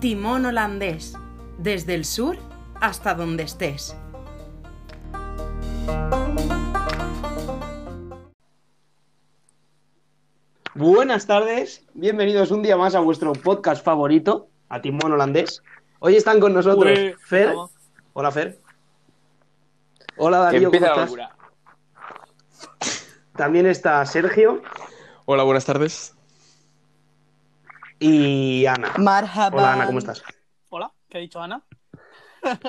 Timón holandés, desde el sur hasta donde estés. Buenas tardes, bienvenidos un día más a vuestro podcast favorito, a Timón Holandés. Hoy están con nosotros Ué, Fer. no. Hola, Fer. Hola, Darío. ¿cómo empieza la estás? locura. También está Sergio Hola, buenas tardes. y Ana. Marhaba. Hola, Ana, ¿cómo estás? Hola, ¿qué ha dicho Ana?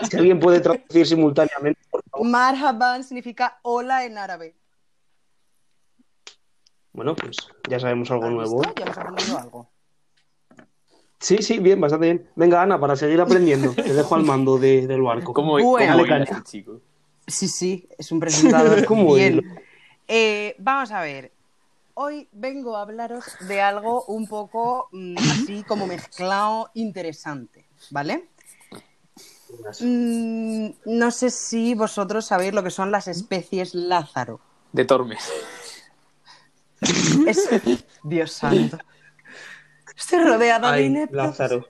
Si alguien puede traducir simultáneamente, por favor. Marhaban significa hola en árabe. Bueno, pues ya sabemos algo ¿Has nuevo. visto? Ya hemos aprendido algo. Sí, sí, bien, bastante bien. Venga, Ana, para seguir aprendiendo, te dejo al mando de- del barco. ¿Cómo, Bueno. cómo Dale baila caña. este chico? Sí, sí, es un presentador. ¿Cómo Bien. Eh, vamos a ver. Hoy vengo a hablaros de algo un poco mm, así como mezclado interesante, ¿vale? Mm, no sé si vosotros sabéis lo que son las especies Lázaro. De Tormes. Es- Dios santo. Estoy rodeada de Ay, ineptos. Lázaro.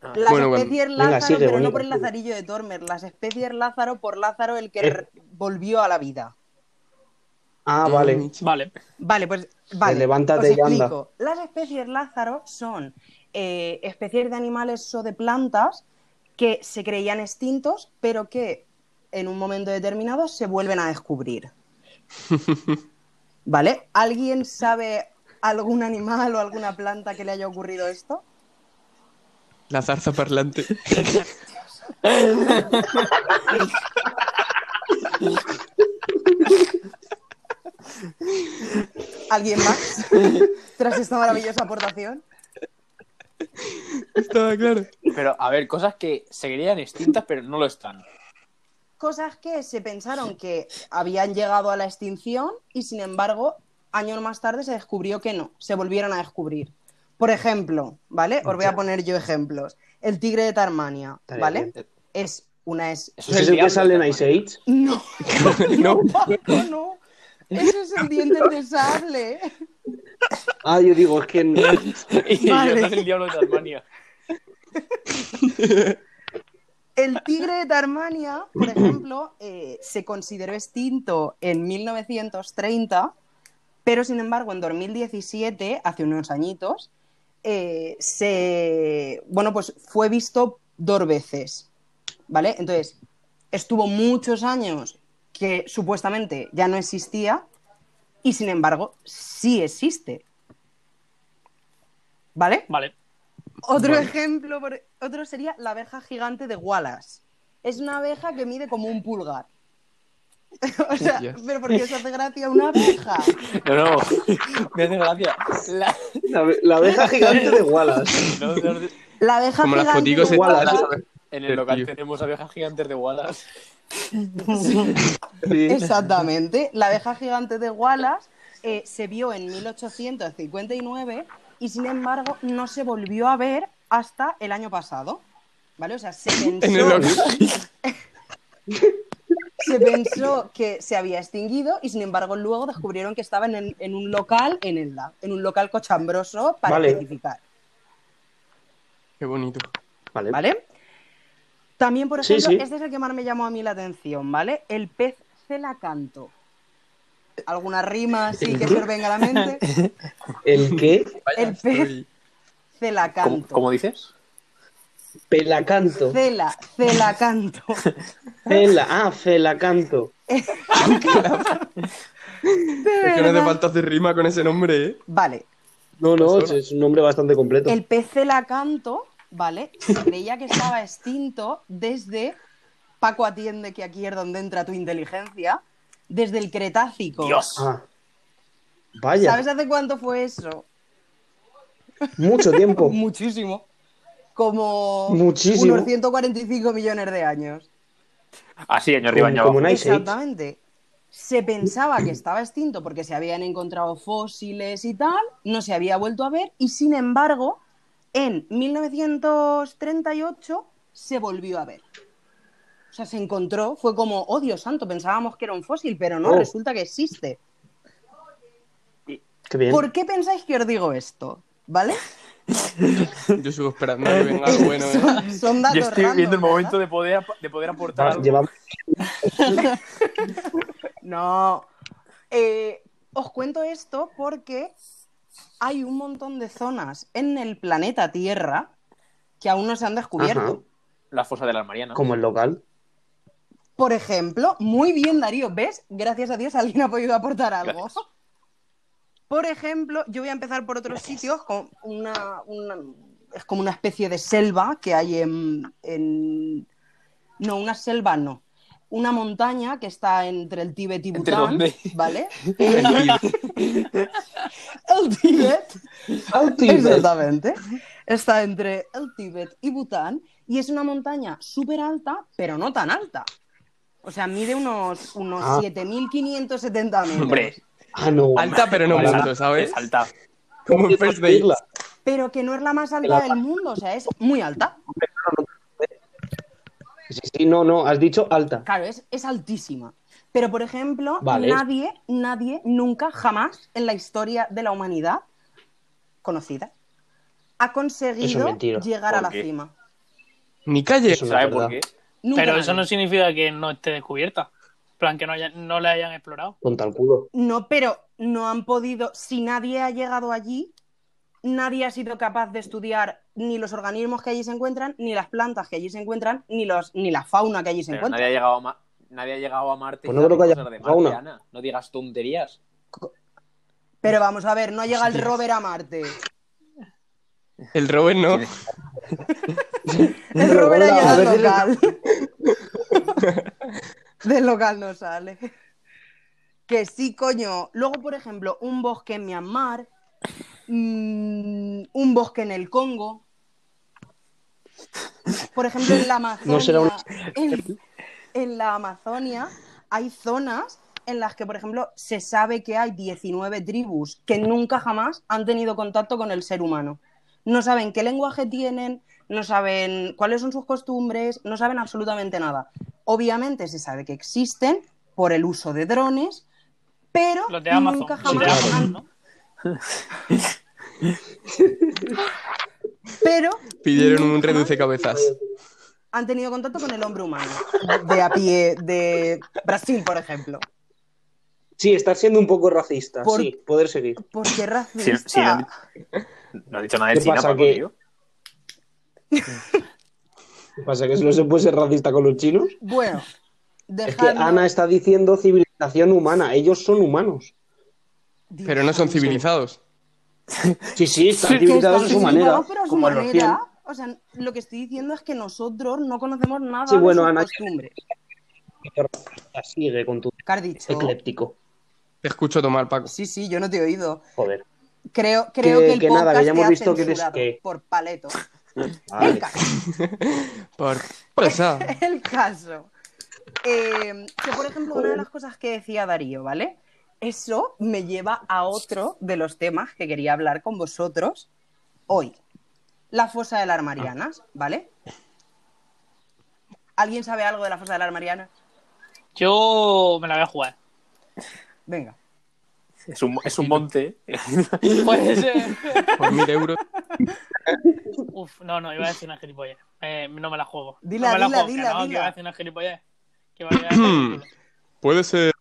Las Bueno, bueno. especies Venga, Lázaro, sigue, pero bueno, no por el sigue. Lazarillo de Tormer, las especies Lázaro por Lázaro el que Eh. r- volvió a la vida. Ah, Mm. vale. Vale. Vale, pues vale. Eh, levántate os y anda. explico. Las especies Lázaro son eh, especies de animales o de plantas que se creían extintos, pero que en un momento determinado se vuelven a descubrir. ¿Vale? ¿Alguien sabe algún animal o alguna planta que le haya ocurrido esto? La zarza parlante. ¿Alguien más? Tras esta maravillosa aportación. Estaba claro. Pero, a ver, cosas que se creían extintas, pero no lo están. cosas que se pensaron que habían llegado a la extinción y sin embargo años más tarde se descubrió que no, se volvieron a descubrir. Por ejemplo, ¿vale? Os voy a poner yo ejemplos. El tigre de Tarmania, Estaría ¿vale? bien. Es una es Eso ¿Es el que diablo, sale en hermano. Ice Age? no, No. Paco, no. Ese es el diente de sable. Ah, yo digo, es que no. Y yo, Vale. no es el diablo de Tasmania. El tigre de Tarmania, por ejemplo, eh, se consideró extinto en 1930, pero sin embargo en 2017, hace unos añitos, eh, se, bueno, pues fue visto dos veces, ¿vale? Entonces, estuvo muchos años que supuestamente ya no existía y sin embargo sí existe, ¿vale? Vale. Otro ejemplo, por- otro sería la abeja gigante de Wallace. Es una abeja que mide como un pulgar. o sea, Hostias. pero ¿por qué os hace gracia una abeja? No, no. Me hace gracia. La... La, abe- la abeja gigante de Wallace. no, no, no. La abeja Como las gigante foticos de en- Wallace ¿eh? En el local Tío. tenemos abejas gigantes de Wallace. Sí. Exactamente. La abeja gigante de Wallace eh, se vio en 1859 y sin embargo no se volvió a ver hasta el año pasado. ¿Vale? O sea, se pensó, En el local. se pensó que se había extinguido y sin embargo luego descubrieron que estaba en, el- en un local en el en un local cochambroso para Vale. identificar. Qué bonito. Vale. ¿Vale? También, por Sí, sí. ejemplo, este es el que más me llamó a mí la atención, ¿vale? El pez celacanto. ¿Alguna rima así que se os venga a la mente? ¿El qué? El pez ¿Cómo, celacanto. cómo dices? Pelacanto. Cela, celacanto. Cela. Ah, Felacanto. Es que no hace falta hacer rima con ese nombre, ¿eh? Vale, No, no, es un nombre bastante completo. el pez celacanto, ¿vale? Se creía que estaba extinto desde, Paco atiende que aquí es donde entra tu inteligencia, desde el Cretácico. Dios. Ah. Vaya, ¿Sabes hace cuánto fue eso? mucho tiempo. Muchísimo. Como Muchísimo. unos 145 millones de años. Así, Ah, año arriba, como, año como abajo. en Ice Age. Exactamente. Se pensaba que estaba extinto porque se habían encontrado fósiles y tal, no se había vuelto a ver y sin embargo, en 1938 se volvió a ver. O sea, se encontró, fue como, oh Dios santo, pensábamos que era un fósil, pero no, Oh. resulta que existe. Qué bien. ¿Por qué pensáis que os digo esto? ¿Vale? Yo sigo esperando que venga algo bueno. ¿eh? son, son datos Yo estoy random, viendo el ¿verdad? momento de poder, ap- de poder aportar algo. Llevamos- No. Eh, os cuento esto porque hay un montón de zonas en el planeta Tierra que aún no se han descubierto. Ajá, La fosa de las Marianas. como el local. Por ejemplo, muy bien, Darío, ¿ves? Gracias a Dios alguien ha podido aportar algo. Por ejemplo, yo voy a empezar por otros sitios, con una, una- es como una especie de selva que hay en, en- No, una selva no. Una montaña que está entre el Tíbet y ¿Entre Bután, dónde? ¿vale? Tranquilo. El Tíbet. Al Tíbet. Exactamente. Está entre el Tíbet y Bután y es una montaña súper alta, pero no tan alta. O sea, mide unos, unos Ah. 7.570 metros. Hombre, Ah, no. Alta, pero no Alta. mucho, ¿sabes? salta. Como en First Day. Isla. Pero que no es la más El alta alta. del mundo, o sea, es muy alta. Sí, sí, no, no, has dicho alta. Claro, es, es altísima. Pero, por ejemplo, Vale. nadie, nadie, nunca, jamás en la historia de la humanidad conocida ha conseguido mentira. llegar a ¿Por la qué? cima. Ni calle. Eso. ¿Sabes es por verdad. qué? Nunca Pero eso nadie. no significa que no esté descubierta. En plan, que no, haya- no la hayan explorado. Con tal culo. No, pero no han podido, si nadie ha llegado allí, nadie ha sido capaz de estudiar ni los organismos que allí se encuentran, ni las plantas que allí se encuentran, ni, los, ni la fauna que allí se Pero encuentra. nadie ha llegado a, Ma- nadie ha llegado a Marte. Pues y no creo sabe que haya cosas de fauna. Marte, Ana. No digas tonterías. Pero vamos a ver, no llega el rover a Marte. El Robert no. El rover ha Hola, llegado a al ver si le- local. Del local no sale. Que sí, coño. Luego, por ejemplo, un bosque en Myanmar, mm, un bosque en el Congo. Por ejemplo, en la Amazonia. No será una- en, en la Amazonia hay zonas en las que, por ejemplo, se sabe que hay 19 tribus que nunca jamás han tenido contacto con el ser humano. No saben qué lenguaje tienen, no saben cuáles son sus costumbres, no saben absolutamente nada. Obviamente se sabe que existen por el uso de drones, pero Los de Amazon. nunca Los de jamás claro. Amazon, han- ¿no? pero Pidieron un nunca jamás reduce cabezas. han tenido contacto con el hombre humano de a pie de Brasil, por ejemplo. Sí, estás siendo un poco racista. Por- Sí, poder seguir. ¿Por qué Sí, racista? sí, no, No ha dicho nada de ¿Qué China, pasa Paco, aquí? tío. ¿Qué pasa? ¿Que no se puede ser racista con los chinos? Bueno, Es que dejadme- Ana está diciendo civilización humana. Ellos son humanos. Dios Pero no son santo. civilizados. Sí, sí, están Que civilizados están a su manera. civilizados, pero a su Como a los 100. manera. O sea, lo que estoy diciendo es que nosotros no conocemos nada Sí, bueno, de sus Ana- costumbres. Sigue con tu ¿Qué has dicho? ecléptico. Te escucho tomar, Paco. Sí, sí, yo no te he oído. Joder. Creo, creo Que- que, el que nada, podcast que ya hemos te ha visto que eres censurado gay. por paleto. Vale. El caso. Por presa. El caso. Eh, que, por ejemplo, una de las cosas que decía Darío, ¿vale? Eso me lleva a otro de los temas que quería hablar con vosotros hoy. La fosa de las Marianas, ¿vale? ¿Alguien sabe algo de la fosa de las Marianas? Yo me la voy a jugar. Venga. Es un, es un monte. Pues, eh, Por mil euros. Uf, no, no, iba a decir una gilipollas. Eh, no me la juego. Dila, no me dila, la juego, que dila, no, que dila. iba a decir una gilipollas. Que vaya a culo. Puede ser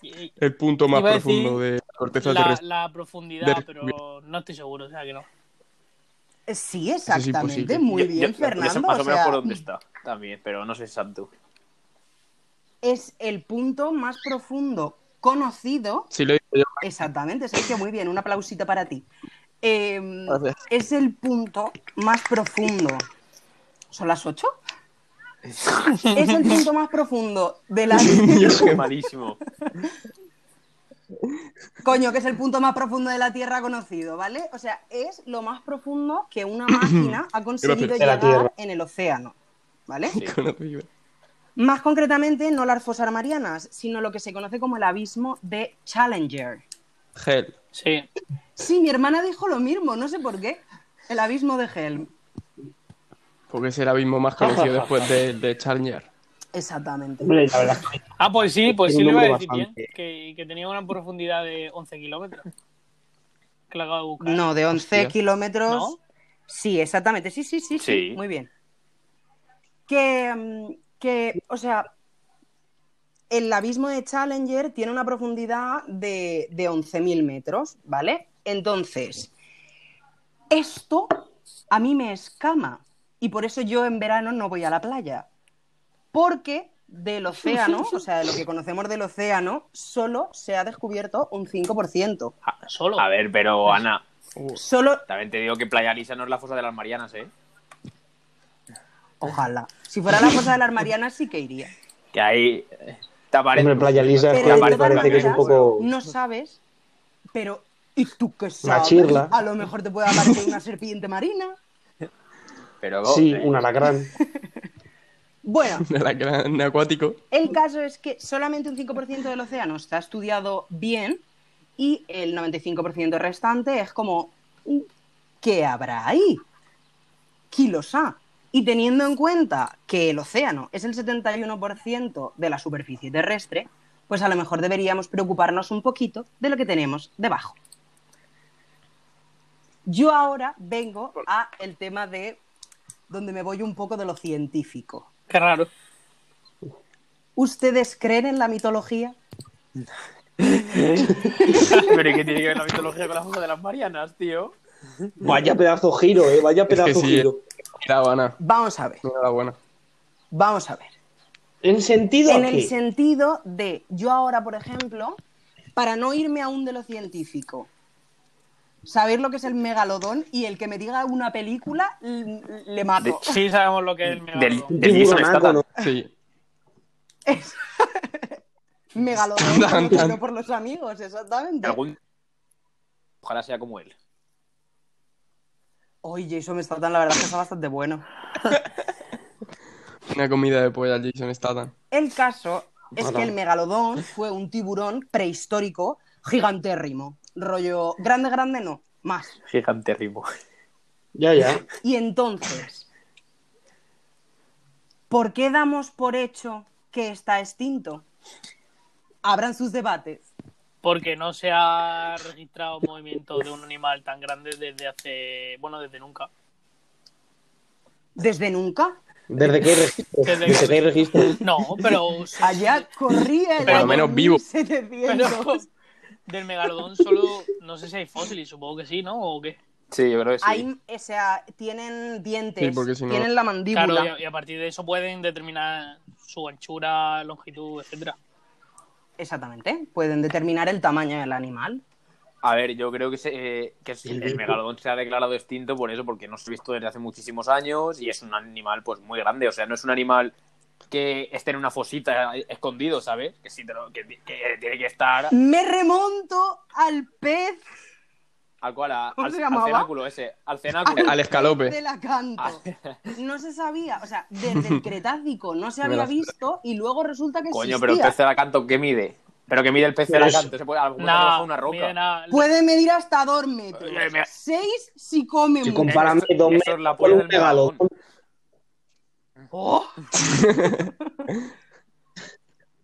Y- y el punto más Iba a decir profundo de la corteza la, terrestre. la de profundidad, res- pero no estoy seguro, o sea que no. Eh, Sí, es exactamente. imposible. Muy Yo- yo- bien, yo sé Fernando. más o o menos sea, por dónde está también, pero no sé exacto. es el punto más profundo conocido Si lo digo yo, Exactamente, Sergio, muy bien, un aplausito para ti. Eh, Gracias. es el punto más profundo. ¿Son las 8? es el punto más profundo de la. Es malísimo. Coño, que es el punto más profundo de la Tierra conocido, ¿vale? O sea, es lo más profundo que una máquina ha conseguido Gracias. De la llegar Tierra. en el océano, ¿vale? Sí. con la piba. Más concretamente, no las fosas marianas, sino lo que se conoce como el abismo de Challenger. Gel. Sí. Sí, mi hermana dijo lo mismo, no sé por qué. El abismo de Helm. Porque es el abismo más conocido después de, de Challenger. Exactamente. Hombre, la verdad. es que- Ah, pues sí, pues Tiene sí un lo iba a nombre decir bastante. bien. Que, que tenía una profundidad de 11 kilómetros. Que la acabo de buscar. No, de 11 Hostia. kilómetros. ¿No? Sí, exactamente. Sí, sí, sí, sí. Sí. Muy bien. Que, mm, que, o sea, el abismo de Challenger tiene una profundidad de, de 11.000 metros, ¿vale? Entonces, esto a mí me escama y por eso yo en verano no voy a la playa. Porque del océano, o sea, de lo que conocemos del océano, solo se ha descubierto un 5%. Solo. A ver, pero Ana, Solo, también te digo que Playa Lisa no es la fosa de las Marianas, ¿eh? ojalá. Si fuera la cosa de las Marianas, sí que iría. Que ahí eh, te aparece. Hombre, Playa Lisa es Pero que de me todas parece que es un maneras, poco... No sabes, pero. ¿Y tú qué sabes? chirla. A lo mejor te puede aparecer una serpiente marina. Pero, Sí, eh, un alacrán. Bueno, El alacrán acuático. el caso es que solamente un 5% del océano está estudiado bien y el 95% restante es como. "Mm, ¿Qué habrá ahí? Kilos A. Y teniendo en cuenta que el océano es el 71% de la superficie terrestre, pues a lo mejor deberíamos preocuparnos un poquito de lo que tenemos debajo. Yo ahora vengo a el tema de donde me voy un poco de lo científico. Qué raro. ¿Ustedes creen en la mitología? pero ¿y qué tiene que ver la mitología con la fosa de las Marianas, tío? Vaya pedazo giro, eh. Vaya pedazo sí, eh, giro. Mira, Ana. Vamos a ver, Enhorabuena. vamos a ver. ¿En sentido En a el qué? sentido de, yo ahora, por ejemplo, para no irme aún de lo científico, saber lo que es el megalodón y el que me diga una película, l- le mato. Sí sabemos lo que es el Del, megalodón. del Jason Tiburonaco, Statham. ¿no? Sí. Tan, Megalodón, tan. conocido por los amigos, exactamente. Algún- Ojalá sea como él. Oye, eso me está tan, la verdad, que está bastante bueno. Una comida de polla al Jason Statham. El caso es que el megalodón fue un tiburón prehistórico gigantérrimo. Rollo, grande, grande no, más. Gigante rimo. Ya, ya. Y entonces, ¿por qué damos por hecho que está extinto? Abran sus debates. Porque no se ha registrado movimiento de un animal tan grande desde hace. Bueno, desde nunca. Desde nunca. ¿Desde qué hay registro? Desde Desde que hay registro. No, pero. Allá corría el Pero año menos vivo. 1700. Pero del megalodón solo. No sé si hay fósiles, supongo que sí, ¿no? ¿O qué? Sí, yo creo que sí. Ahí, o sea, tienen dientes, Sí, porque si no- tienen la mandíbula. Claro, y a, y a partir de eso pueden determinar su anchura, longitud, etcétera. Exactamente. Pueden determinar el tamaño del animal. A ver, yo creo que, se- eh, que sí, el megalodón se ha declarado extinto por eso, porque no se ha visto desde hace muchísimos años y es un animal pues muy grande. O sea, no es un animal que esté en una fosita eh, escondido, ¿sabes? Que, sí te lo- que, que tiene que estar Me remonto al pez al, cual, a- ¿Cómo al, se al llamaba? cenáculo ese, al cenáculo. Al de escalope. la canto. No se sabía, o sea, desde el Cretácico no se Me había la- visto y luego resulta que Coño, existía. pero el pez celacanto, ¿qué mide? ¿Pero qué mide el pez Pero es- celacanto? Se puede, a lo mejor se Nada, baja una roca. mide nada. Puede medir hasta dos metros. Oye, me- Seis si come Si mucho. comparamos Eso- dos eso es metros la con polla un del megalodón. megalodón. ¡Oh!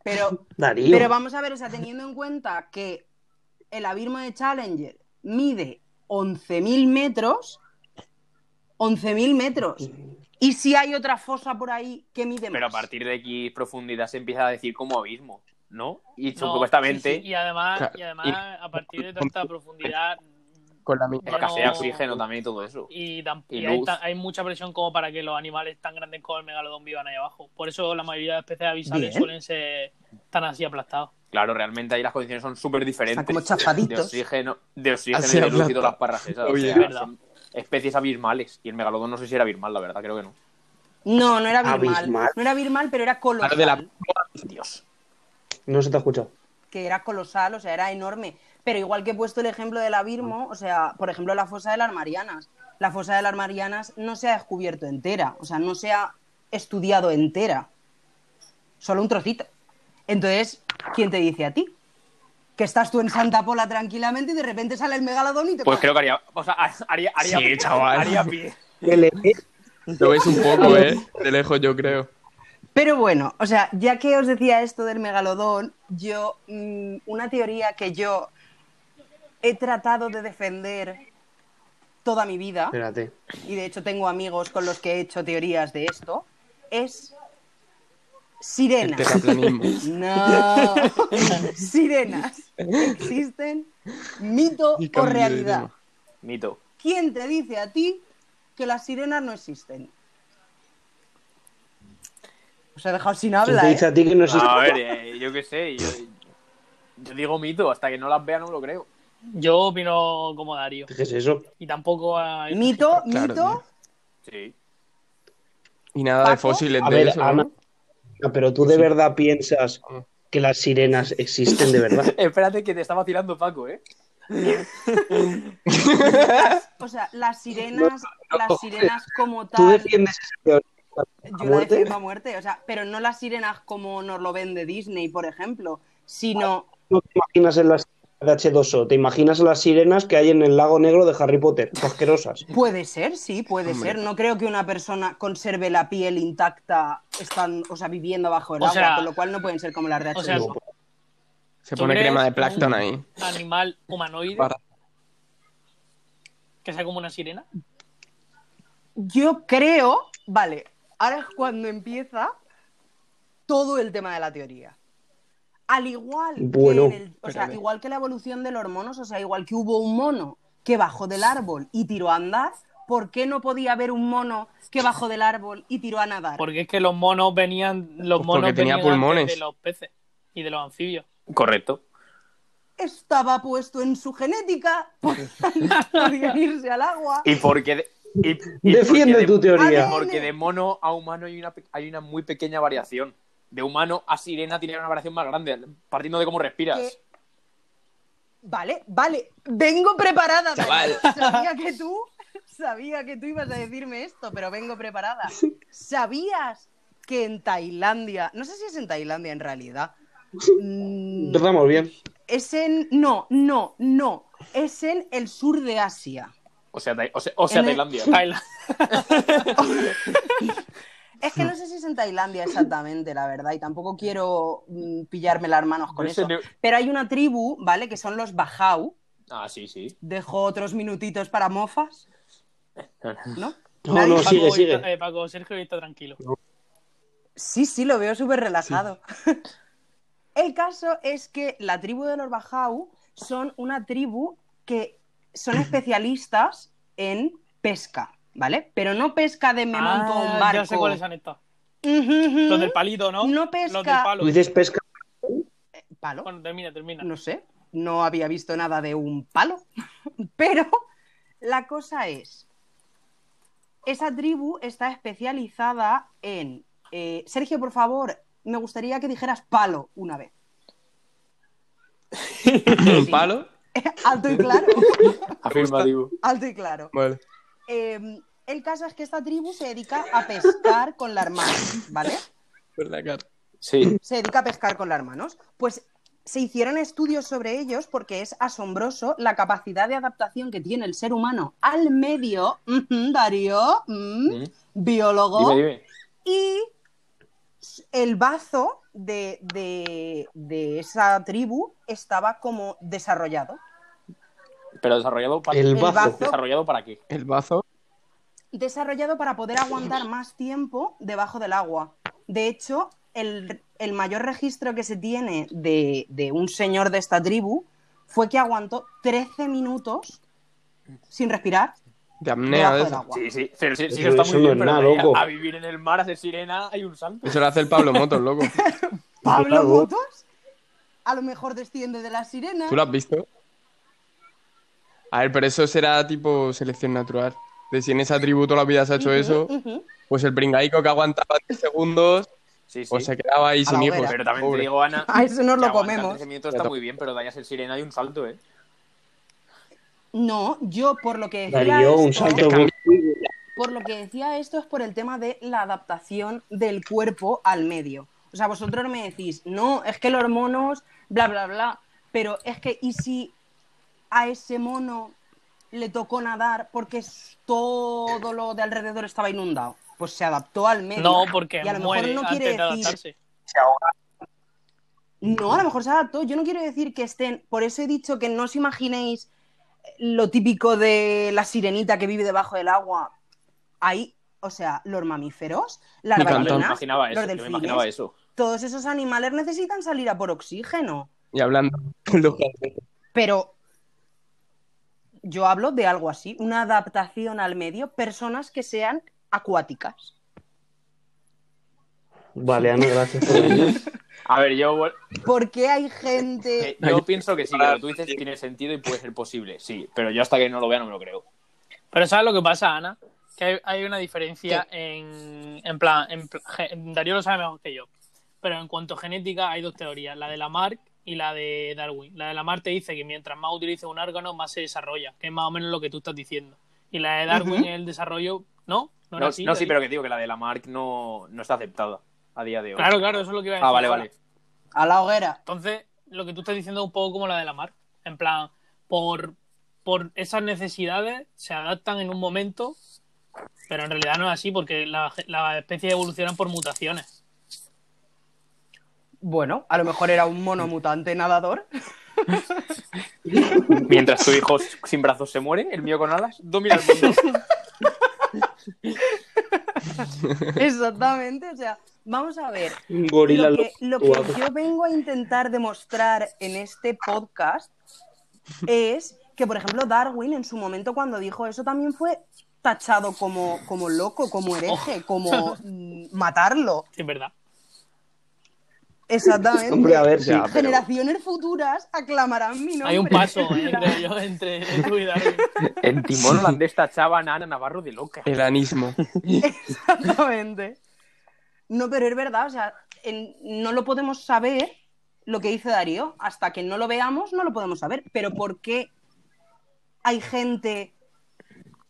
pero, Darío. pero vamos a ver, o sea, teniendo en cuenta que el abismo de Challenger mide 11.000 metros, 11.000 metros. Y si hay otra fosa por ahí que mide más. Pero a partir de aquí profundidad se empieza a decir como abismo, ¿no? Y No, supuestamente sí, sí, Y además, Claro, y además, a partir de tanta profundidad Con la mi- ya escasea no- oxígeno también y todo eso. y, tam- Y y hay, luz. ta- hay mucha presión como para que los animales tan grandes como el megalodón vivan ahí abajo. Por eso la mayoría de especies abisales Bien. suelen ser tan así aplastados. Claro, realmente ahí las condiciones son súper diferentes. Están como de chafaditos. oxígeno, de oxígeno Así y de luz y habla. todas las parras esas. o Oye. sea, Verdad. son especies abismales. Y el megalodón no sé si era abismal, la verdad, creo que no. No, no era Birmal. Abismal. No era Birmal, pero era colosal. Ahora de la... Dios. No se te ha escuchado. que era colosal, o sea, era enorme. Pero igual que he puesto el ejemplo del abismo, o sea, por ejemplo, la fosa de las Marianas. La fosa de las Marianas no se ha descubierto entera, o sea, no se ha estudiado entera, solo un trocito. Entonces, ¿quién te dice a ti? Que estás tú en Santa Pola tranquilamente y de repente sale el megalodón y te Pues come. creo que haría. O sea, haría, haría, Sí, chaval. haría pie. Lo ves un poco, ¿eh? De lejos, yo creo. Pero bueno, o sea, ya que os decía esto del megalodón, yo, mm, una teoría que yo he tratado de defender toda mi vida, Espérate. y de hecho tengo amigos con los que he hecho teorías de esto, es El sirenas. terraplanismo. No, sirenas. ¿Existen? ¿Mito Y o cambio de realidad? tema. Mito. ¿Quién te dice a ti que las sirenas no existen? Os he dejado sin ¿Quién te habla, dice ¿eh? a ti que no existe? A ver, eh, yo qué sé. Yo, yo digo mito, hasta que no las vea no me lo creo. Yo opino como Darío. ¿Qué es eso? Y tampoco a... Mito, Claro, mito, Sí. Y nada de Paco. fósiles A de ver, eso, Ana, ¿no? Ana, pero tú de verdad piensas que las sirenas existen de verdad. Espérate que te está vacilando Paco, ¿eh? o sea, las sirenas, las sirenas como Tú tal, defiendes esa teoría. yo la muerte? defiendo a muerte, o sea, pero no las sirenas como nos lo vende Disney, por ejemplo, sino No te imaginas en las sirenas de H2O, te imaginas en las sirenas que hay en el lago negro de Harry Potter, asquerosas. Puede ser, sí, puede Hombre. ser. No creo que una persona conserve la piel intacta están, o sea, viviendo bajo el O agua, sea- con lo cual no pueden ser como las de O sea, H2O. Se ¿Tú pone crees crema de que plancton un ahí. este Animal humanoide Para- que sea como una sirena. Yo creo, vale, ahora es cuando empieza todo el tema de la teoría. Al igual Bueno, que en el- o sea, espérate. igual que la evolución de los monos, o sea, igual que hubo un mono que bajó del árbol y tiró a andar, ¿por qué no podía haber un mono que bajó del árbol y tiró a nadar? Porque es que los monos venían... Los Pues monos porque tenía venían antes pulmones. de los peces y de los anfibios. Correcto. estaba puesto en su genética, por tanto, podía irse al agua. ¿Y por qué? de- y- y por qué Defiende de- tu teoría. A ver. Porque de mono a humano hay una, pe- hay una muy pequeña variación. De humano a sirena tiene una variación más grande, partiendo de cómo respiras. que- Vale, vale, vengo preparada. Dani. Sabía que tú, sabía que tú ibas a decirme esto, pero vengo preparada. ¿Sabías que en Tailandia, no sé si es en Tailandia en realidad, mm, Empezamos bien. es en, no, no, no, es en el sur de Asia. O sea, Tai- o sea, o sea, En el- Tailandia. Baila. Es que no sé si es en Tailandia exactamente, la verdad, y tampoco quiero mm, pillarme las manos con No sé eso. ni- Pero hay una tribu, ¿vale? Que son los Bajau. Ah, sí, sí. Dejo otros minutitos para mofas, ¿no? No, Nadie- no, Paco, sigue, está- sigue. eh, Paco, Sergio está tranquilo. Sí, sí, lo veo súper relajado. El caso es que la tribu de los Bajau son una tribu que son especialistas en pesca, ¿vale? Pero no pesca de me monto a un Ah, barco. ya sé cuáles han estado. Ujú, ujú. Los del palito, ¿no? No pesca. Los del palo. Tú dices pesca. Palo. Bueno, termina, termina. no sé, no había visto nada de un palo. Pero la cosa es, esa tribu está especializada en... eh, Sergio, por favor, me gustaría que dijeras palo una vez. ¿Un palo? Alto y claro. Afirmativo. Alto y claro. Vale. Eh, el caso es que esta tribu se dedica a pescar con las manos, ¿vale? Por la cara. Sí. se dedica a pescar con las manos. Pues se hicieron estudios sobre ellos porque es asombroso la capacidad de adaptación que tiene el ser humano al medio, ujú, Darío, mm, Mm. biólogo, Dime, dime. y el bazo de, de- de esa tribu estaba como desarrollado. Pero desarrollado para El bazo. bazo. desarrollado para qué? El bazo. Desarrollado para poder aguantar más tiempo debajo del agua. De hecho, el, el mayor registro que se tiene de, de un señor de esta tribu fue que aguantó 13 minutos sin respirar De apnea, de debajo del eso. agua. Sí, sí, pero sí, sí Eso- que está eso muy no bien, es pero nada, de ahí a- loco. a vivir en el mar, a ser sirena, hay un salto. Eso lo hace el Pablo Motos, loco. Pablo Claro. Motos a lo mejor desciende de la sirena. ¿Tú lo has visto? A ver, pero eso será tipo selección natural. De si en ese atributo la vida se ha hecho eso, pues el pringaico que aguantaba 10 segundos, Sí, sí. pues se quedaba ahí A sin la hijos. hoguera. Pero también Pobre. te digo, Ana, A Ah, eso nos que lo aguantar comemos. 13 minutos está muy bien, pero de ahí a ser sirena hay un salto, ¿eh? No, yo por lo que decía Darío, un esto- salto. Por lo que decía esto es por el tema de la adaptación del cuerpo al medio. O sea, vosotros me decís, no, es que los monos, bla, bla, bla, pero es que, ¿y si a ese mono le tocó nadar porque s- todo lo de alrededor estaba inundado? Pues se adaptó al medio. No, porque Y a lo mejor muere no antes quiere de decir- adaptarse. No, a lo mejor se adaptó. Yo no quiero decir que estén. Por eso he dicho que no os imaginéis eh, lo típico de la sirenita que vive debajo del agua. Ahí, o sea, los mamíferos, las Me encanta. Yo me ballenas, imaginaba eso. los yo me delfines, imaginaba eso. todos esos animales necesitan salir a por oxígeno. Y hablando. los jardines. Pero yo hablo de algo así, una adaptación al medio, personas que sean acuáticas. Vale, Ana, gracias por venir. A ver, yo, bueno, ¿Por qué hay eh, gente... yo pienso que sí, que lo que tú dices tiene sentido y puede ser posible, sí. Pero yo hasta que no lo vea no me lo creo. Pero ¿sabes lo que pasa, Ana? Que hay, hay una diferencia en, en plan, en pl- ge- Darío lo sabe mejor que yo. Pero en cuanto a genética hay dos teorías, la de Lamarck y la de Darwin. La de Lamarck te dice que mientras más utilices un órgano, más se desarrolla, que es más o menos lo que tú estás diciendo. Y la de Darwin Ujú. es el desarrollo... No, No, no, era así, no, sí, Darío. pero que digo que la de Lamarck no, no está aceptada a día de hoy. Claro, claro, eso es lo que iba a decir. Ah, vale, ahora. vale. A la hoguera. Entonces, lo que tú estás diciendo es un poco como la de la mar. En plan, por, por esas necesidades se adaptan en un momento, pero en realidad no es así porque las la especies evolucionan por mutaciones. Bueno, a lo mejor era un mono mutante nadador. Mientras tu hijo sin brazos se muere, el mío con alas, domina el mundo. Exactamente, o sea, vamos a ver. Un gorila Lo que, lo que guapo. yo vengo a intentar demostrar en este podcast es que, por ejemplo, Darwin en su momento cuando dijo eso también fue tachado como, como loco, como Oh. hereje, como mm, matarlo. Sí, es verdad. Exactamente. Hombre, ah, a ver, sí. Ya, pero- Generaciones futuras aclamarán mi nombre. Hay un paso eh, entre ellos, entre tú y Darwin. En Timón holandés tachaban a Ana Navarro de loca. El anismo. Exactamente. No, pero es verdad, o sea, en- no lo podemos saber lo que dice Darío. Hasta que no lo veamos, no lo podemos saber. Pero ¿por qué hay gente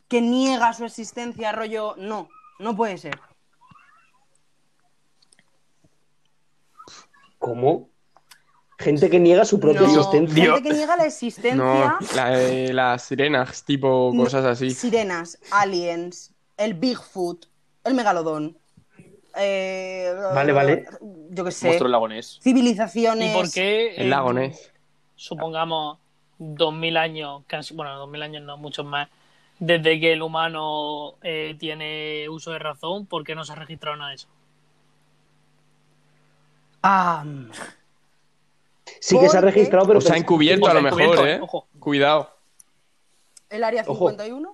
que niega su existencia, rollo? No, no puede ser. ¿Cómo? Gente que niega su propia No, existencia. Gente que niega la existencia, No, la de las sirenas, tipo No. cosas así. sirenas, aliens, el Bigfoot, el megalodón. eh, Vale, vale. Yo qué sé. Monstruo lagonés. Civilizaciones. ¿Y por qué? El en- lago Ness. supongamos 2000 años, casi, bueno, 2000 años no, muchos más, desde que el humano eh, tiene uso de razón, ¿por qué no se ha registrado nada de eso? Ah, Sí que se ha Porque- registrado, pero... O sea, pensé- encubierto O sea, a lo mejor, encubierto, ¿eh? ojo. Cuidado. el área Ojo. 51.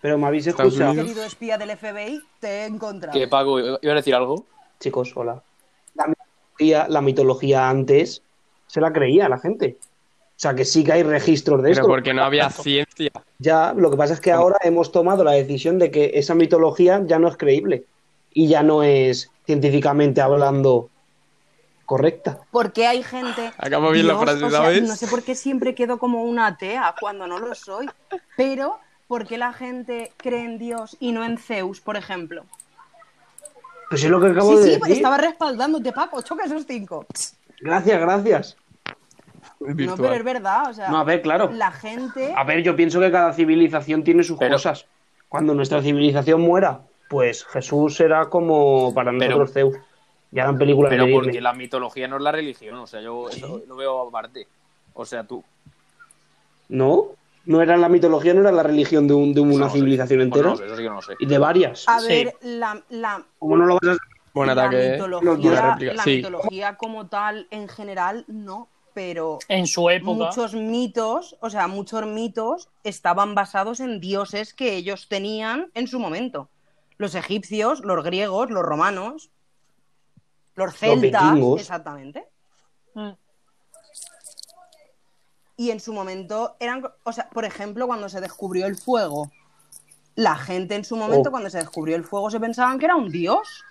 Pero me habéis Estados escuchado. Unidos. Querido espía del FBI, te he encontrado. Que Paco, ¿iba a decir algo? Chicos, hola. La mitología, la mitología antes se la creía la gente. O sea, que sí que hay registros de Pero esto. porque no había ciencia. Ya, lo que pasa es que ahora hemos tomado la decisión de que esa mitología ya no es creíble y ya no es científicamente hablando correcta. Porque hay gente. Acabo bien la frase, o sea, ¿sabes? No sé por qué siempre quedo como una atea cuando no lo soy. Pero, ¿por qué la gente cree en Dios y no en Zeus, por ejemplo? Pues es lo que acabo Sí, de sí, decir. estaba respaldándote, Paco. Choca esos cinco. Gracias, gracias. No, pero es Virtual. verdad. O sea, No, ah, a ver, claro. la gente. A ver, yo pienso que cada civilización tiene sus Pero- cosas. Cuando nuestra civilización muera, pues Jesús será como para Pero- nosotros Zeus. Ya eran películas Pero de porque Disney. la mitología no es la religión, o sea, yo eso lo veo aparte. O sea, tú. ¿No? No era la mitología, no era la religión de, un- de Eso una no sé. civilización Pues entera. no lo sé, eso sí que no lo sé. Y de varias. A Sí. ver, la, la, ¿Cómo no lo vas a Buen la ataque. ¿eh? Buena mitología, réplica. la Sí. mitología como tal, en general, no. Pero En su época. muchos mitos, o sea, muchos mitos estaban basados en dioses que ellos tenían en su momento. Los egipcios, los griegos, los romanos, los celtas, vikingos. exactamente. Mm. Y en su momento eran, o sea, por ejemplo, cuando se descubrió el fuego, la gente en su momento Oh. cuando se descubrió el fuego se pensaban que era un dios.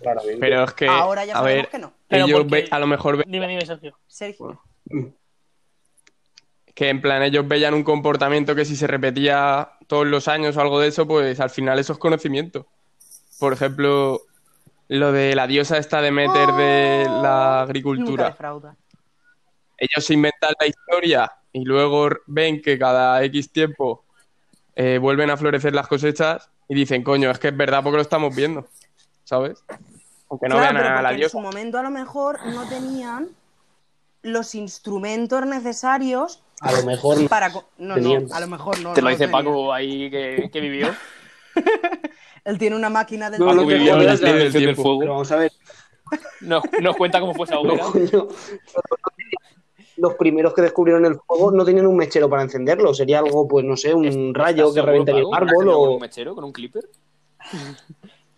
Claramente. Pero es que. Ahora ya Eh, a sabemos ver, que no. Pero ellos porque- ve- a lo mejor ve- Dime, dime, Sergio. Sergio, que en plan ellos veían un comportamiento que si se repetía todos los años o algo de eso, pues al final eso es conocimiento. Por ejemplo, lo de la diosa esta de meter de la Oh, nunca agricultura. defrauda. ellos se inventan la historia y luego ven que cada X tiempo eh, vuelven a florecer las cosechas y dicen, coño, es que es verdad porque lo estamos viendo, ¿sabes? Aunque no Claro, vean pero a la porque en su diosa. momento a lo mejor no tenían los instrumentos necesarios A lo mejor no. para... co- No, Tenían. no, a lo mejor no. Te lo no dice tenía. Paco ahí que, que vivió. Él tiene una máquina del... No, Paco no te vivió jodas, la la del del del tiempo. Pero fuego. vamos a ver, Nos, nos cuenta cómo fue esa no, hoguera. coño. Los primeros que descubrieron el fuego no tenían un mechero para encenderlo. Sería algo, pues no sé, un rayo que ¿Estás seguro, reventaría Paco? un árbol ¿Con o. un mechero? ¿Con un clipper?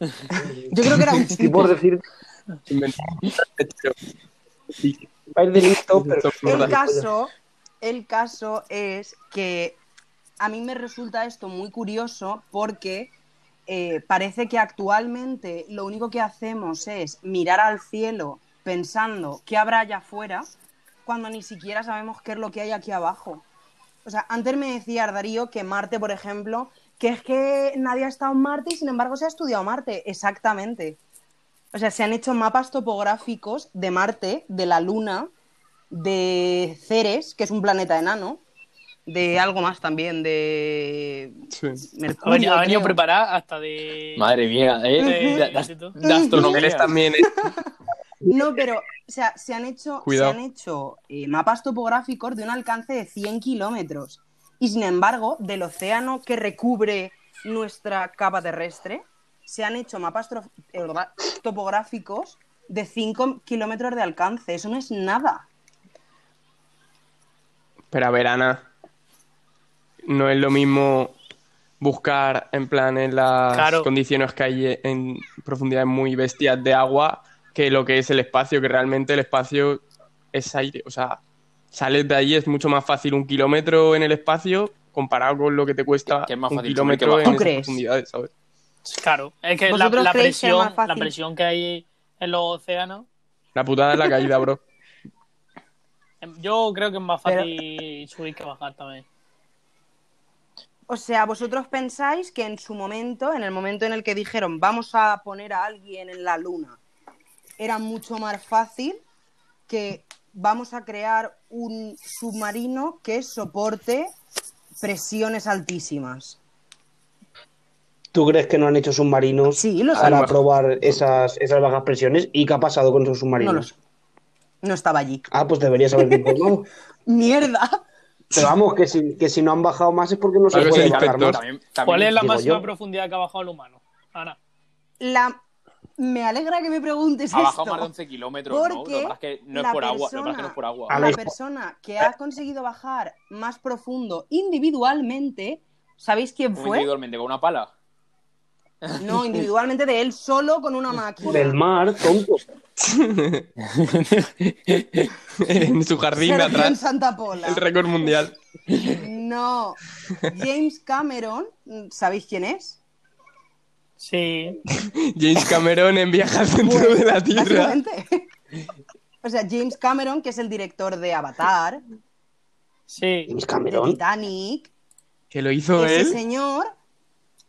Yo creo que era un Y por tipo. decir, Inventaron un mechero. va a ir de listo, pero. El caso, el caso es que a mí me resulta esto muy curioso porque eh, parece que actualmente lo único que hacemos es mirar al cielo pensando qué habrá allá afuera cuando ni siquiera sabemos qué es lo que hay aquí abajo. O sea, antes me decía Darío que Marte, por ejemplo, que es que nadie ha estado en Marte y sin embargo se ha estudiado Marte. Exactamente. O sea, se han hecho mapas topográficos de Marte, de la Luna, de Ceres, que es un planeta enano, de algo más también, de Sí. Ha veni- Mercurio. ha venido creo. preparada hasta de. este Madre mía, Ujú. ¿eh? De, de- de astronomía. Eres también eh, No, pero, o sea, se han hecho, se Cuidado. han hecho eh, mapas topográficos de un alcance de 100 kilómetros. Y sin embargo, del océano que recubre nuestra capa terrestre, se han hecho mapas tro- eh, verdad, topográficos de 5 kilómetros de alcance. Eso no es nada. Pero a ver, Ana, no es lo mismo buscar en plan en las Claro. condiciones que hay en profundidades muy bestias de agua que lo que es el espacio, que realmente el espacio es aire. O sea, sales de ahí, es mucho más fácil un kilómetro en el espacio comparado con lo que te cuesta Que es más un fácil kilómetro subir que bajar. ¿Tú en esas crees? profundidades, ¿sabes? Claro, es que la, ¿Vosotros la creéis que es presión, más fácil? la presión que hay en los océanos. La putada de la caída, bro. em, Yo creo que es más Pero- fácil subir que bajar también. O sea, vosotros pensáis que en su momento, en el momento en el que dijeron vamos a poner a alguien en la luna, era mucho más fácil que vamos a crear un submarino que soporte presiones altísimas. ¿Tú crees que no han hecho submarinos Sí, los han para hecho. probar esas, esas bajas presiones? ¿Y qué ha pasado con esos No submarinos? lo sé. No estaba allí. Ah, pues deberías haber informado. ¡Mierda! Pero vamos, que si, que si no han bajado más es porque no se Claro que puede sí, bajar inspector. más. También- también- ¿Cuál es la digo máxima yo. profundidad que ha bajado el humano? Ana. La... Me alegra que me preguntes Ha esto. bajado más de 11 kilómetros, ¿no? Lo que Porque pasa es que no es la por agua. Lo que pasa es que persona- ¿Ah, no es por agua. A la ver. persona que ha conseguido bajar más profundo individualmente, ¿sabéis quién fue? Individualmente, con una pala. No, individualmente de él solo con una máquina. Del mar, tonto. en su jardín de Sergio en atrás, Santa Pola. el récord mundial. No. James Cameron, ¿sabéis quién es? Sí. James Cameron en Viaje al Centro Pues, de la Tierra. básicamente. O sea, James Cameron, que es el director de Avatar, Sí. James de Cameron. Titanic, Que lo hizo ese él. señor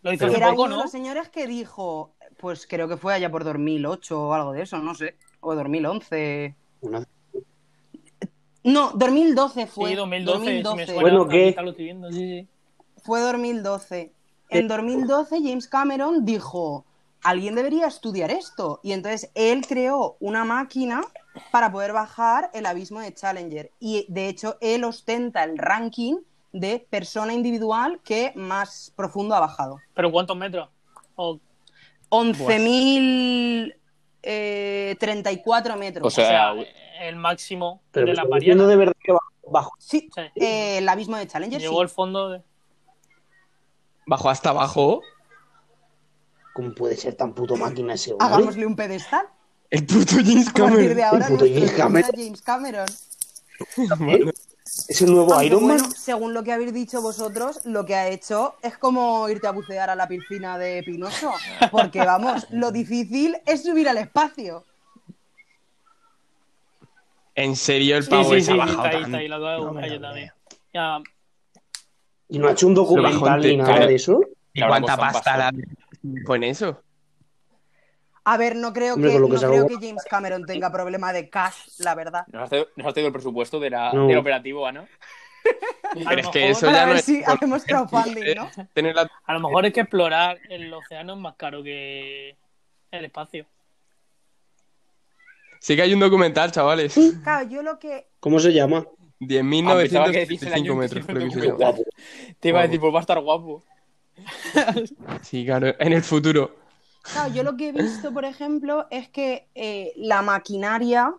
Lo hizo hace era poco, uno de ¿no? los señores que dijo, pues creo que fue allá por 2008 o algo de eso, no sé, o 2011. Bueno, No, 2012 fue. Sí, 2012. si me suena, Bueno, ¿qué? ahorita lo estoy viendo, sí, sí. Fue 2012. En 2012 James Cameron dijo, alguien debería estudiar esto. Y entonces él creó una máquina para poder bajar el abismo de Challenger. Y de hecho él ostenta el ranking de persona individual que más profundo ha bajado. ¿Pero cuántos metros? O- eh, 11.034 metros. O o sea, sea, el máximo Pero de me la estás diciendo Mariana. de verdad que bajó. bajó. Sí, Sí. eh, el abismo de Challenger. sí. Llegó al fondo de... Bajó hasta abajo. ¿Cómo puede ser tan puto máquina ese hombre? Hagámosle un pedestal. El puto James A partir de Cameron. ahora, puto nuestro James será Cameron. James Cameron. ¿Eh? ¿Es el nuevo Aunque, Iron Man? ¿eh? Ah, bueno, según lo que habéis dicho vosotros, lo que ha hecho es como irte a bucear a la piscina de Pinocho. Porque vamos, lo difícil es subir al espacio. En serio, el Sí, pavo sí, ese sí, ha Ah, está bajado ahí, está tanto. ahí, lo acabo de No me buscar lo yo creo. también. Ya, ¿Y no ha hecho un documental bajó ni en nada Twitter. de eso? ¿Y Claro, cuánta pues, pasta bastante. la con eso? A ver, no creo, Hombre, que, con lo que no se creo hago- que James Cameron tenga problema de cash, la verdad. ¿Nos has traído, nos has traído el presupuesto de la- No. del operativo, Ana? a, Pero lo es mejor, que eso Para ya ver no es. si hacemos crowdfunding, ¿no? Eh, Tener la... a lo mejor es que explorar el océano es más caro que el espacio. Sí que hay un documental, chavales. Claro, yo lo que. ¿Cómo se llama? Ah, pensaba que decís el 10.975 año metros, que creo que se se me llama. Guapo. Te iba a Guapo. decir, pues va a estar guapo. Sí, claro, en el futuro. Claro, yo lo que he visto, por ejemplo, es que eh, la maquinaria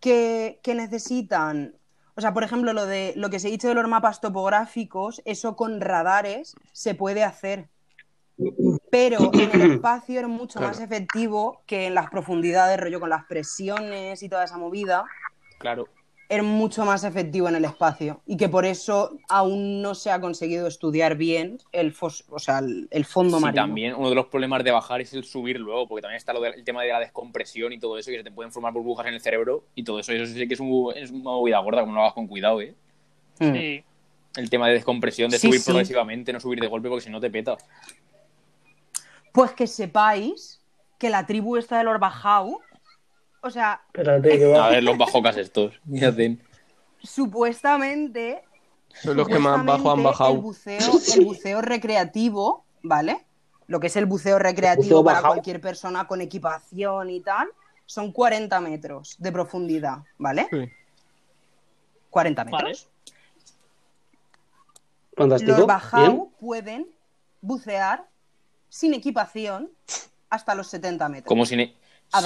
que, que necesitan, o sea, por ejemplo, lo de lo que se ha dicho de los mapas topográficos, eso con radares se puede hacer. Pero en el espacio es mucho Claro. más efectivo que en las profundidades, rollo con las presiones y toda esa movida, Claro. es mucho más efectivo en el espacio. Y que por eso aún no se ha conseguido estudiar bien el, fos- o sea, el, el fondo Sí, marino. también uno de los problemas de bajar es el subir luego, porque también está lo del- el tema de la descompresión y todo eso, que se te pueden formar burbujas en el cerebro y todo eso. Eso sí que es, un, es una movida gorda, como no lo hagas con cuidado, ¿eh? Mm. Sí. El tema de descompresión, de Sí, subir sí. progresivamente, no subir de golpe, porque si no te peta. Pues que sepáis que la tribu esta de los Bajau, o sea, Espérate, que A va. ver, los bajocas estos. ¿Qué hacen? supuestamente, Son los que más bajo han supuestamente El bajado. buceo, el buceo recreativo, ¿vale? Lo que es el buceo recreativo buceo para bajao. cualquier persona con equipación y tal, son 40 metros de profundidad, ¿vale? Sí. 40 Vale. metros. Fantástico. Los Bien. Bajau pueden bucear sin equipación hasta los 70 metros. Como sin, e,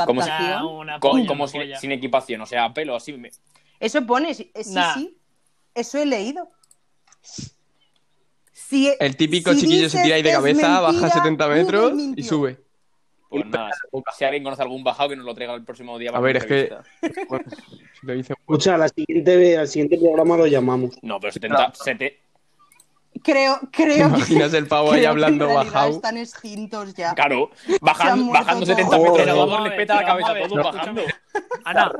como si- Adaptar. Nah, una co- polla, como una sin- polla. sin equipación, o sea, a pelo, así. me- Eso pone, sí, eh, sí, Nah. sí. Eso he leído. Si- e, El típico si chiquillo se dices tira ahí de que es cabeza, baja mentira, 70 Google metros y mintió. sube. Pues nada, si alguien conoce algún bajado que nos lo traiga el próximo día. A para ver, una es que. entrevista. Bueno, si lo dice- Escucha, a la siguiente, al siguiente programa lo llamamos. No, pero 70. sete- Creo, ¿Te creo que. imaginas el pavo ahí creo que hablando en realidad bajao? Están extintos ya. Claro, Se han bajan- muerto bajando todos. 70 metros Oh. Joder. a todos Vamos a les ver, peta la vamos cabeza, a ver. todos bajando. Ana,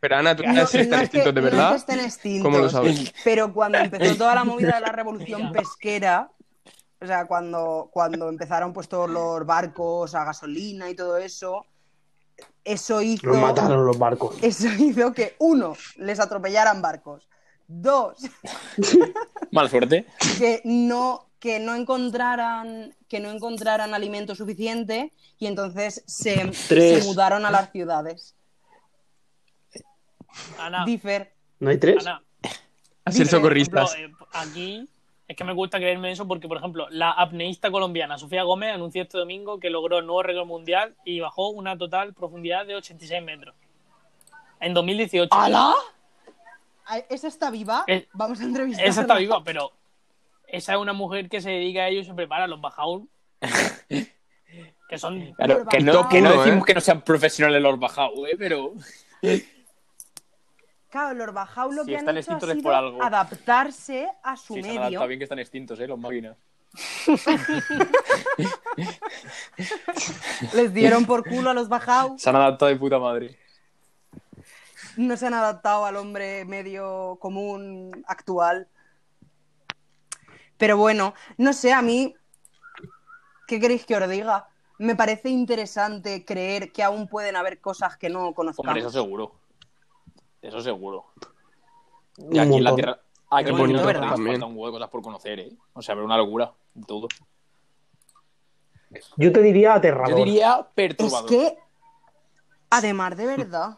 Pero Ana, tú No, no, no están es que, extintos de no es que verdad. estén extintos, ¿Cómo lo sabes? Pero cuando empezó toda la movida de la revolución pesquera, o sea, cuando, cuando empezaron pues todos los barcos a gasolina y todo eso, eso hizo. Los mataron los barcos. Eso hizo que, uno, les atropellaran barcos. Dos, Mal suerte. que no, que no encontraran que no encontraran alimento suficiente y entonces se, Tres. se mudaron a las ciudades. Ah. Ana, Differ. ¿No hay tres? Ana. A ser Dice, por socorristas. Por ejemplo, eh, aquí es que me gusta creerme eso porque, por ejemplo, la apneísta colombiana Sofía Gómez anunció este domingo que logró el nuevo récord mundial y bajó una total profundidad de 86 metros. En 2018. ¡Hala! Ay, ¿Esa está viva? Es- Vamos a entrevistarla. Eh, Esa está viva, pero esa es una mujer que se dedica a ello y se prepara los bajaúl. que son... Claro, que no, Top que no uno, decimos ¿eh? que no sean profesionales los bajados, ¿eh? pero Claro, los Bajau lo Si que han están hecho ha extintos es sido por algo. adaptarse a su sí, se han medio. adaptado bien que están extintos, ¿eh? los máquinas. Les dieron por culo a los Bajau. Se han adaptado de puta madre. No se han adaptado al hombre medio común actual. Pero bueno, no sé, a mí, ¿qué queréis que os diga? Me parece interesante creer que aún pueden haber cosas que no Hombre, eso conozcamos. seguro. Eso seguro. Un Y aquí en la montón. Tierra. Aquí en la bonito, Tierra ¿verdad? nos También. falta un huevo de cosas por conocer, ¿eh? O sea, pero una locura. Todo. Yo te diría Yo aterrador. diría Es perturbador. que, además de verdad,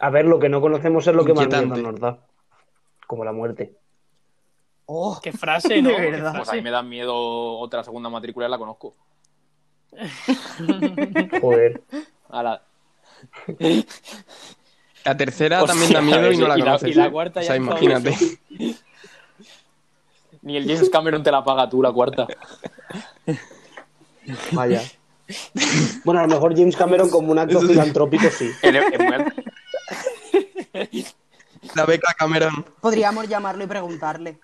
A ver, lo que no conocemos es lo que más miedo Inquietante. nos da. Como la muerte. oh, Qué frase, ¿no? De Qué verdad. Pues a frase. mí me da miedo otra segunda matrícula, la conozco. Joder. A la... La tercera Hostia, también da miedo y no la y la- conoces. y la ¿eh? cuarta O ya sea, es imagínate. Ni el James Cameron te la paga tú, la cuarta. Vaya. Bueno, a lo mejor James Cameron como un acto filantrópico sí. En- en- en- La beca Cameron. podríamos llamarlo y preguntarle.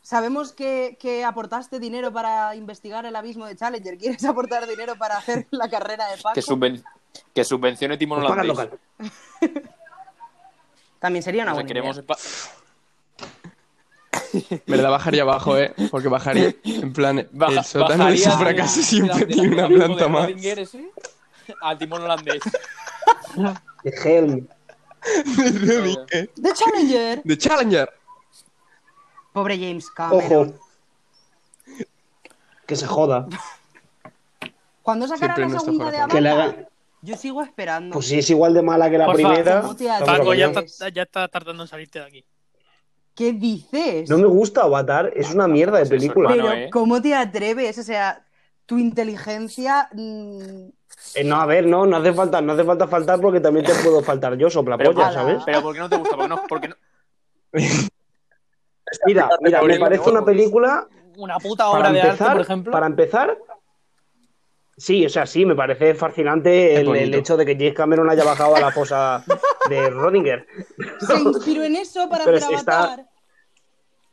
Sabemos que, que aportaste dinero para investigar el abismo de Challenger. ¿Quieres aportar dinero para hacer la carrera de Paco? que, subven... que subvencione Timo Nos pagan Holandés. local. También sería una O sea, buena queremos idea. espa- ¿Verdad? Bajaría abajo, ¿eh? Porque bajaría. En plan, Baja- el sótano bajaría de ese de- fracaso de- siempre de- de- tiene una del planta de más. Rodinger ese A timón holandés. De Helm. Rodinger. ¡The Challenger! The Challenger. Pobre James Cameron. Ojo. Que se joda. Cuando sacaran Siempre en la nuestro segunda de corazón. Que la Avatar, hagan- yo sigo esperando. Pues si es igual de mala que la Por primera. favor, Mutea, estamos Paco, ya apañados. está, ya está tardando en salirte de aquí. ¿Qué dices? No me gusta Avatar, es una mierda de Pues eso, película. hermano. Pero, ¿eh? ¿cómo te atreves? O sea, tu inteligencia. mm, Eh, no, a ver, no, no hace falta, no hace falta faltar porque también te puedo faltar yo, Pero, soplapolla, ala. ¿sabes? Pero ¿por qué no te gusta? Porque no, porque no- Mira, mira, me Gabriel, parece una ¿no? película Una puta obra para de arte, empezar, por ejemplo. para empezar, sí, o sea, sí, me parece fascinante el, bonito. el hecho de que James Cameron haya bajado a la fosa de Rodinger. Se inspiró en eso para Pero hacer está- Avatar.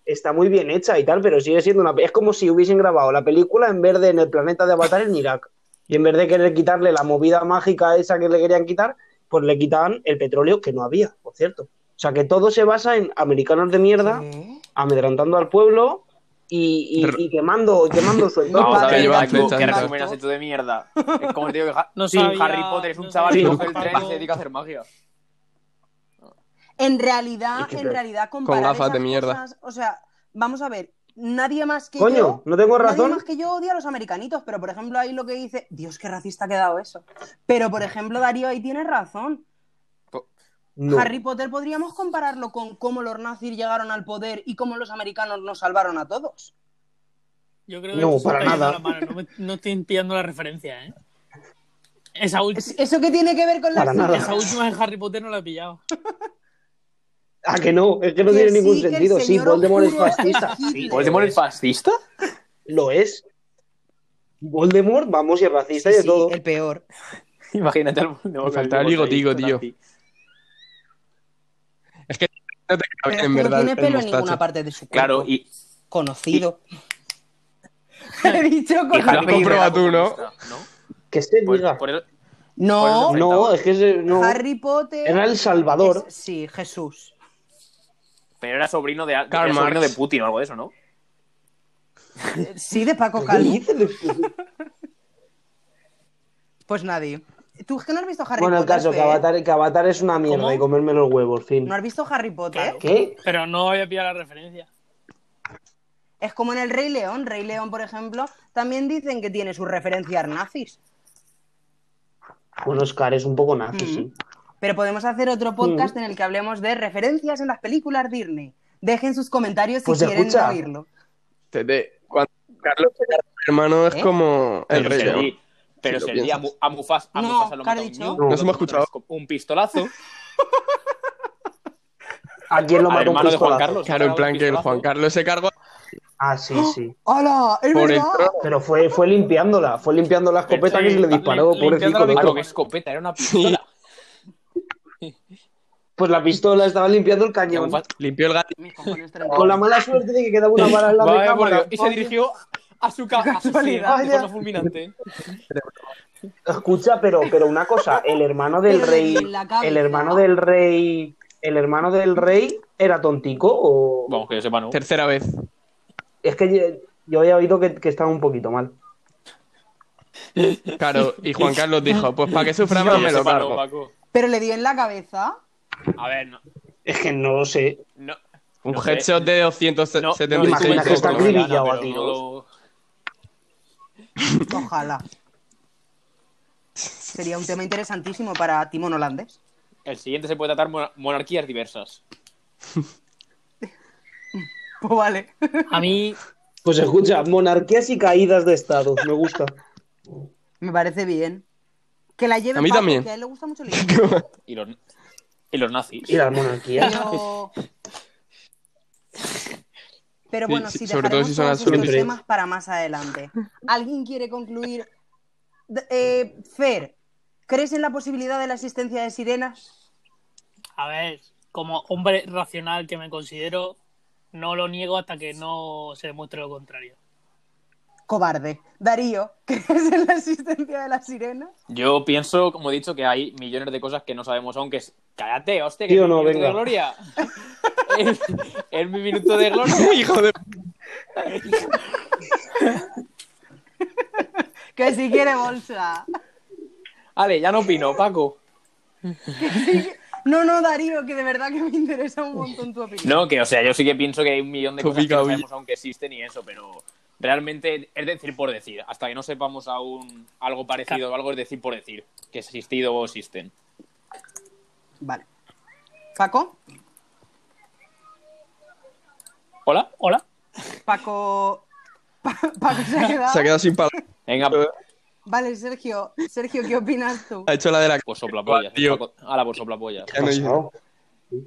Está muy bien hecha y tal, pero sigue siendo una. Es como si hubiesen grabado la película en vez de en el planeta de Avatar en Irak. Y en vez de querer quitarle la movida mágica esa que le querían quitar, pues le quitaban el petróleo que no había, por cierto. O sea que todo se basa en americanos de mierda ¿Qué? amedrantando al pueblo y, y- Pero- y quemando, quemando su entorno. Vamos a padre, ver, lleva Paco, flechas, qué ¿no? resumen has hecho de mierda. Es Como te digo que Ha- No sí, sabía- Harry Potter es un no chaval sabía que coge el Paco. tren y se dedica a hacer magia. En Es realidad, que en te- realidad, comparar gafas esas de mierda. cosas- o sea, vamos a ver, nadie más que Coño, yo. no tengo nadie razón. más que yo odia a los americanitos, pero por ejemplo, ahí lo que dice. Dios, qué racista ha quedado eso. Pero por ejemplo, Darío ahí tiene razón. No. Harry Potter podríamos compararlo con cómo los nazis llegaron al poder y cómo los americanos nos salvaron a todos. Yo creo que No, se está para yendo nada. la mano, No, me- no estoy pillando la referencia, ¿eh? Esa, ulti- Es- ¿Eso qué tiene que ver con la Para nada. esa última de Harry Potter no la he pillado. Ah, que no, es que no Que tiene sí, ningún que el sentido. Sí, señor Voldemort es oscuro es fascista. Hitler. Sí, ¿Voldemort lo es fascista? Lo es. Voldemort, vamos, y es racista y de todo. el peor. Imagínate al Voldemort. Me faltaba el ligotico, tío. pues No te cabe, Pero es en que verdad, no tiene el pelo en mostacho. ninguna parte de su cuerpo. Claro, y, Conocido. He dicho y conocido. Harry Potter Comprueba era tú, ¿no? comunista, ¿no? Que se Por- diga. por eso- No, por eso No, es que ese- no. Harry Potter. Era el Salvador. es- sí, Jesús. pero era sobrino de, era Karl sobrino de Marx. Putin o algo de eso, ¿no? Eh, Sí, de Paco ¿Qué Calvo. dices? Pues nadie. ¿Tú es que no has visto Harry Bueno, el Potter? caso, que Fer? Avatar, que Avatar es una mierda ¿Cómo? y comerme los huevos, fin. ¿No has visto Harry Potter? Claro. ¿Qué? Pero no había pillado la referencia. Es como en el Rey León. Rey León, por ejemplo, también dicen que tiene sus referencias nazis. Ah, Bueno, Oscar es un poco nazi, Mm. sí. Pero podemos hacer otro Mm. podcast en el que hablemos de referencias en las películas Disney. Dejen sus comentarios si Pues quieren escucha. oírlo. Te- te- cuando Carlos era tu hermano es ¿Eh? como el Pero rey. Sergi- León. Pero Si lo Sergi, a, Mu- a Mufasa, a No, Mufasa lo ¿qué has mata un dicho? ñu, No. Nos hemos escuchado. Un pistolazo. ¿A quién lo mató Pues al un hermano de Juan pistolazo? Carlos. Claro, en plan que el Juan Carlos se cargó Ah, sí, sí. ¡Hala! ¡Es por el verdad! trono. Pero fue, fue limpiándola, fue limpiando la escopeta que se le disparó, Lim- limpiando pobrecito. la Claro, Beto. que escopeta, era una pistola. Pues la pistola estaba limpiando el Y a cañón. Mufasa- Limpió el gato. Mis cojones tremendos. Con la mala suerte de que quedaba una bala en la Vaya, por recámara. Dios. Y se dirigió a su casa, a su Casualidad. ciudad, de forma fulminante. Escucha, pero, pero una cosa, el hermano del Pero de rey, la cabeza. el hermano del rey, el hermano del rey era tontico o Vamos, que yo sepa, no. Tercera vez. es que yo, yo había oído que, que estaba un poquito mal. Claro, y Juan Carlos dijo, pues para que sufra Que más yo me lo sepa, no, cargo. Paco. Pero le dio en la cabeza. A ver, no. Es que no lo sé. no. Un No sé. headshot de No, 276 imagina que está cocos. acribillado Pero a tiros. Ojalá. Sería un tema interesantísimo para Timón Holandés. El siguiente se puede tratar monar- monarquías diversas. Pues vale. A mí, Pues escucha, monarquías y caídas de estado, me gusta. Me parece bien. Que la lleve A mí Paco, también. Que a él le gusta mucho el libro. Y los, y los nazis. Y las monarquías. Pero... Pero Sí, bueno, sí, si sobre todo dejaremos si son todos estos azules. temas para más adelante. ¿Alguien quiere concluir? D- eh, Fer, ¿crees en la posibilidad de la existencia de sirenas? a ver, como hombre racional que me considero, no lo niego hasta que no se demuestre lo contrario. Cobarde. Darío, ¿crees en la existencia de las sirenas? Ah, Yo pienso, como he dicho, que hay millones de cosas que no sabemos, aunque es... Cállate, hostia, que Tío, es mi no, minuto venga. de gloria. es, es mi minuto de gloria. Hijo de... Que si quiere bolsa. Ale, ya no opino, Paco. No, no, Darío, que de verdad que me interesa un montón tu opinión. No, que, o sea, yo sí que pienso que hay un millón de Tú cosas que pica, no oye. sabemos, aunque existen y eso, pero... Realmente es decir por decir. Hasta que no sepamos aún algo parecido o algo es decir por decir. Que es existido o existen. Vale. Paco, ¿Hola? Hola. Paco. Pa- Paco se ha quedado. Se ha quedado sin palabras. Venga, Vale, Sergio, Sergio, ¿qué opinas tú? Ha hecho la de la. por soplapollas. Tío. pues Hala, pues por soplapollas. Ya no dice nada. Yo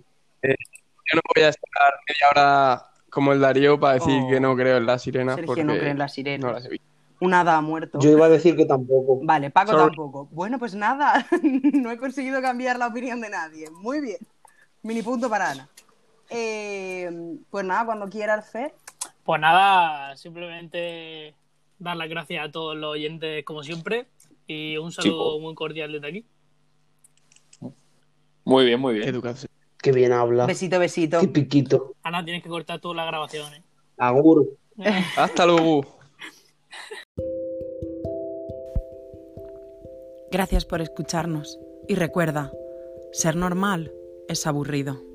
no voy a estar media hora como el Darío para decir Oh. que no creo en las sirenas. Sergio porque no cree en las no sirenas. las he visto. Un hada ha muerto. Yo iba a decir que tampoco. Vale, Paco Sorry. tampoco. Bueno, pues nada, no he conseguido cambiar la opinión de nadie. Muy bien. Mini punto para Ana. Eh, pues nada, cuando quieras, Fer. Pues nada, simplemente dar las gracias a todos los oyentes, como siempre. Y un saludo muy cordial desde aquí. Muy bien, muy Qué bien. educado soy. Qué bien Ah. habla. Besito, besito. Qué piquito. Ana, tienes que cortar todas las grabaciones. Agur. ¿eh? Hasta luego. Gracias por escucharnos. Y recuerda, ser normal es aburrido.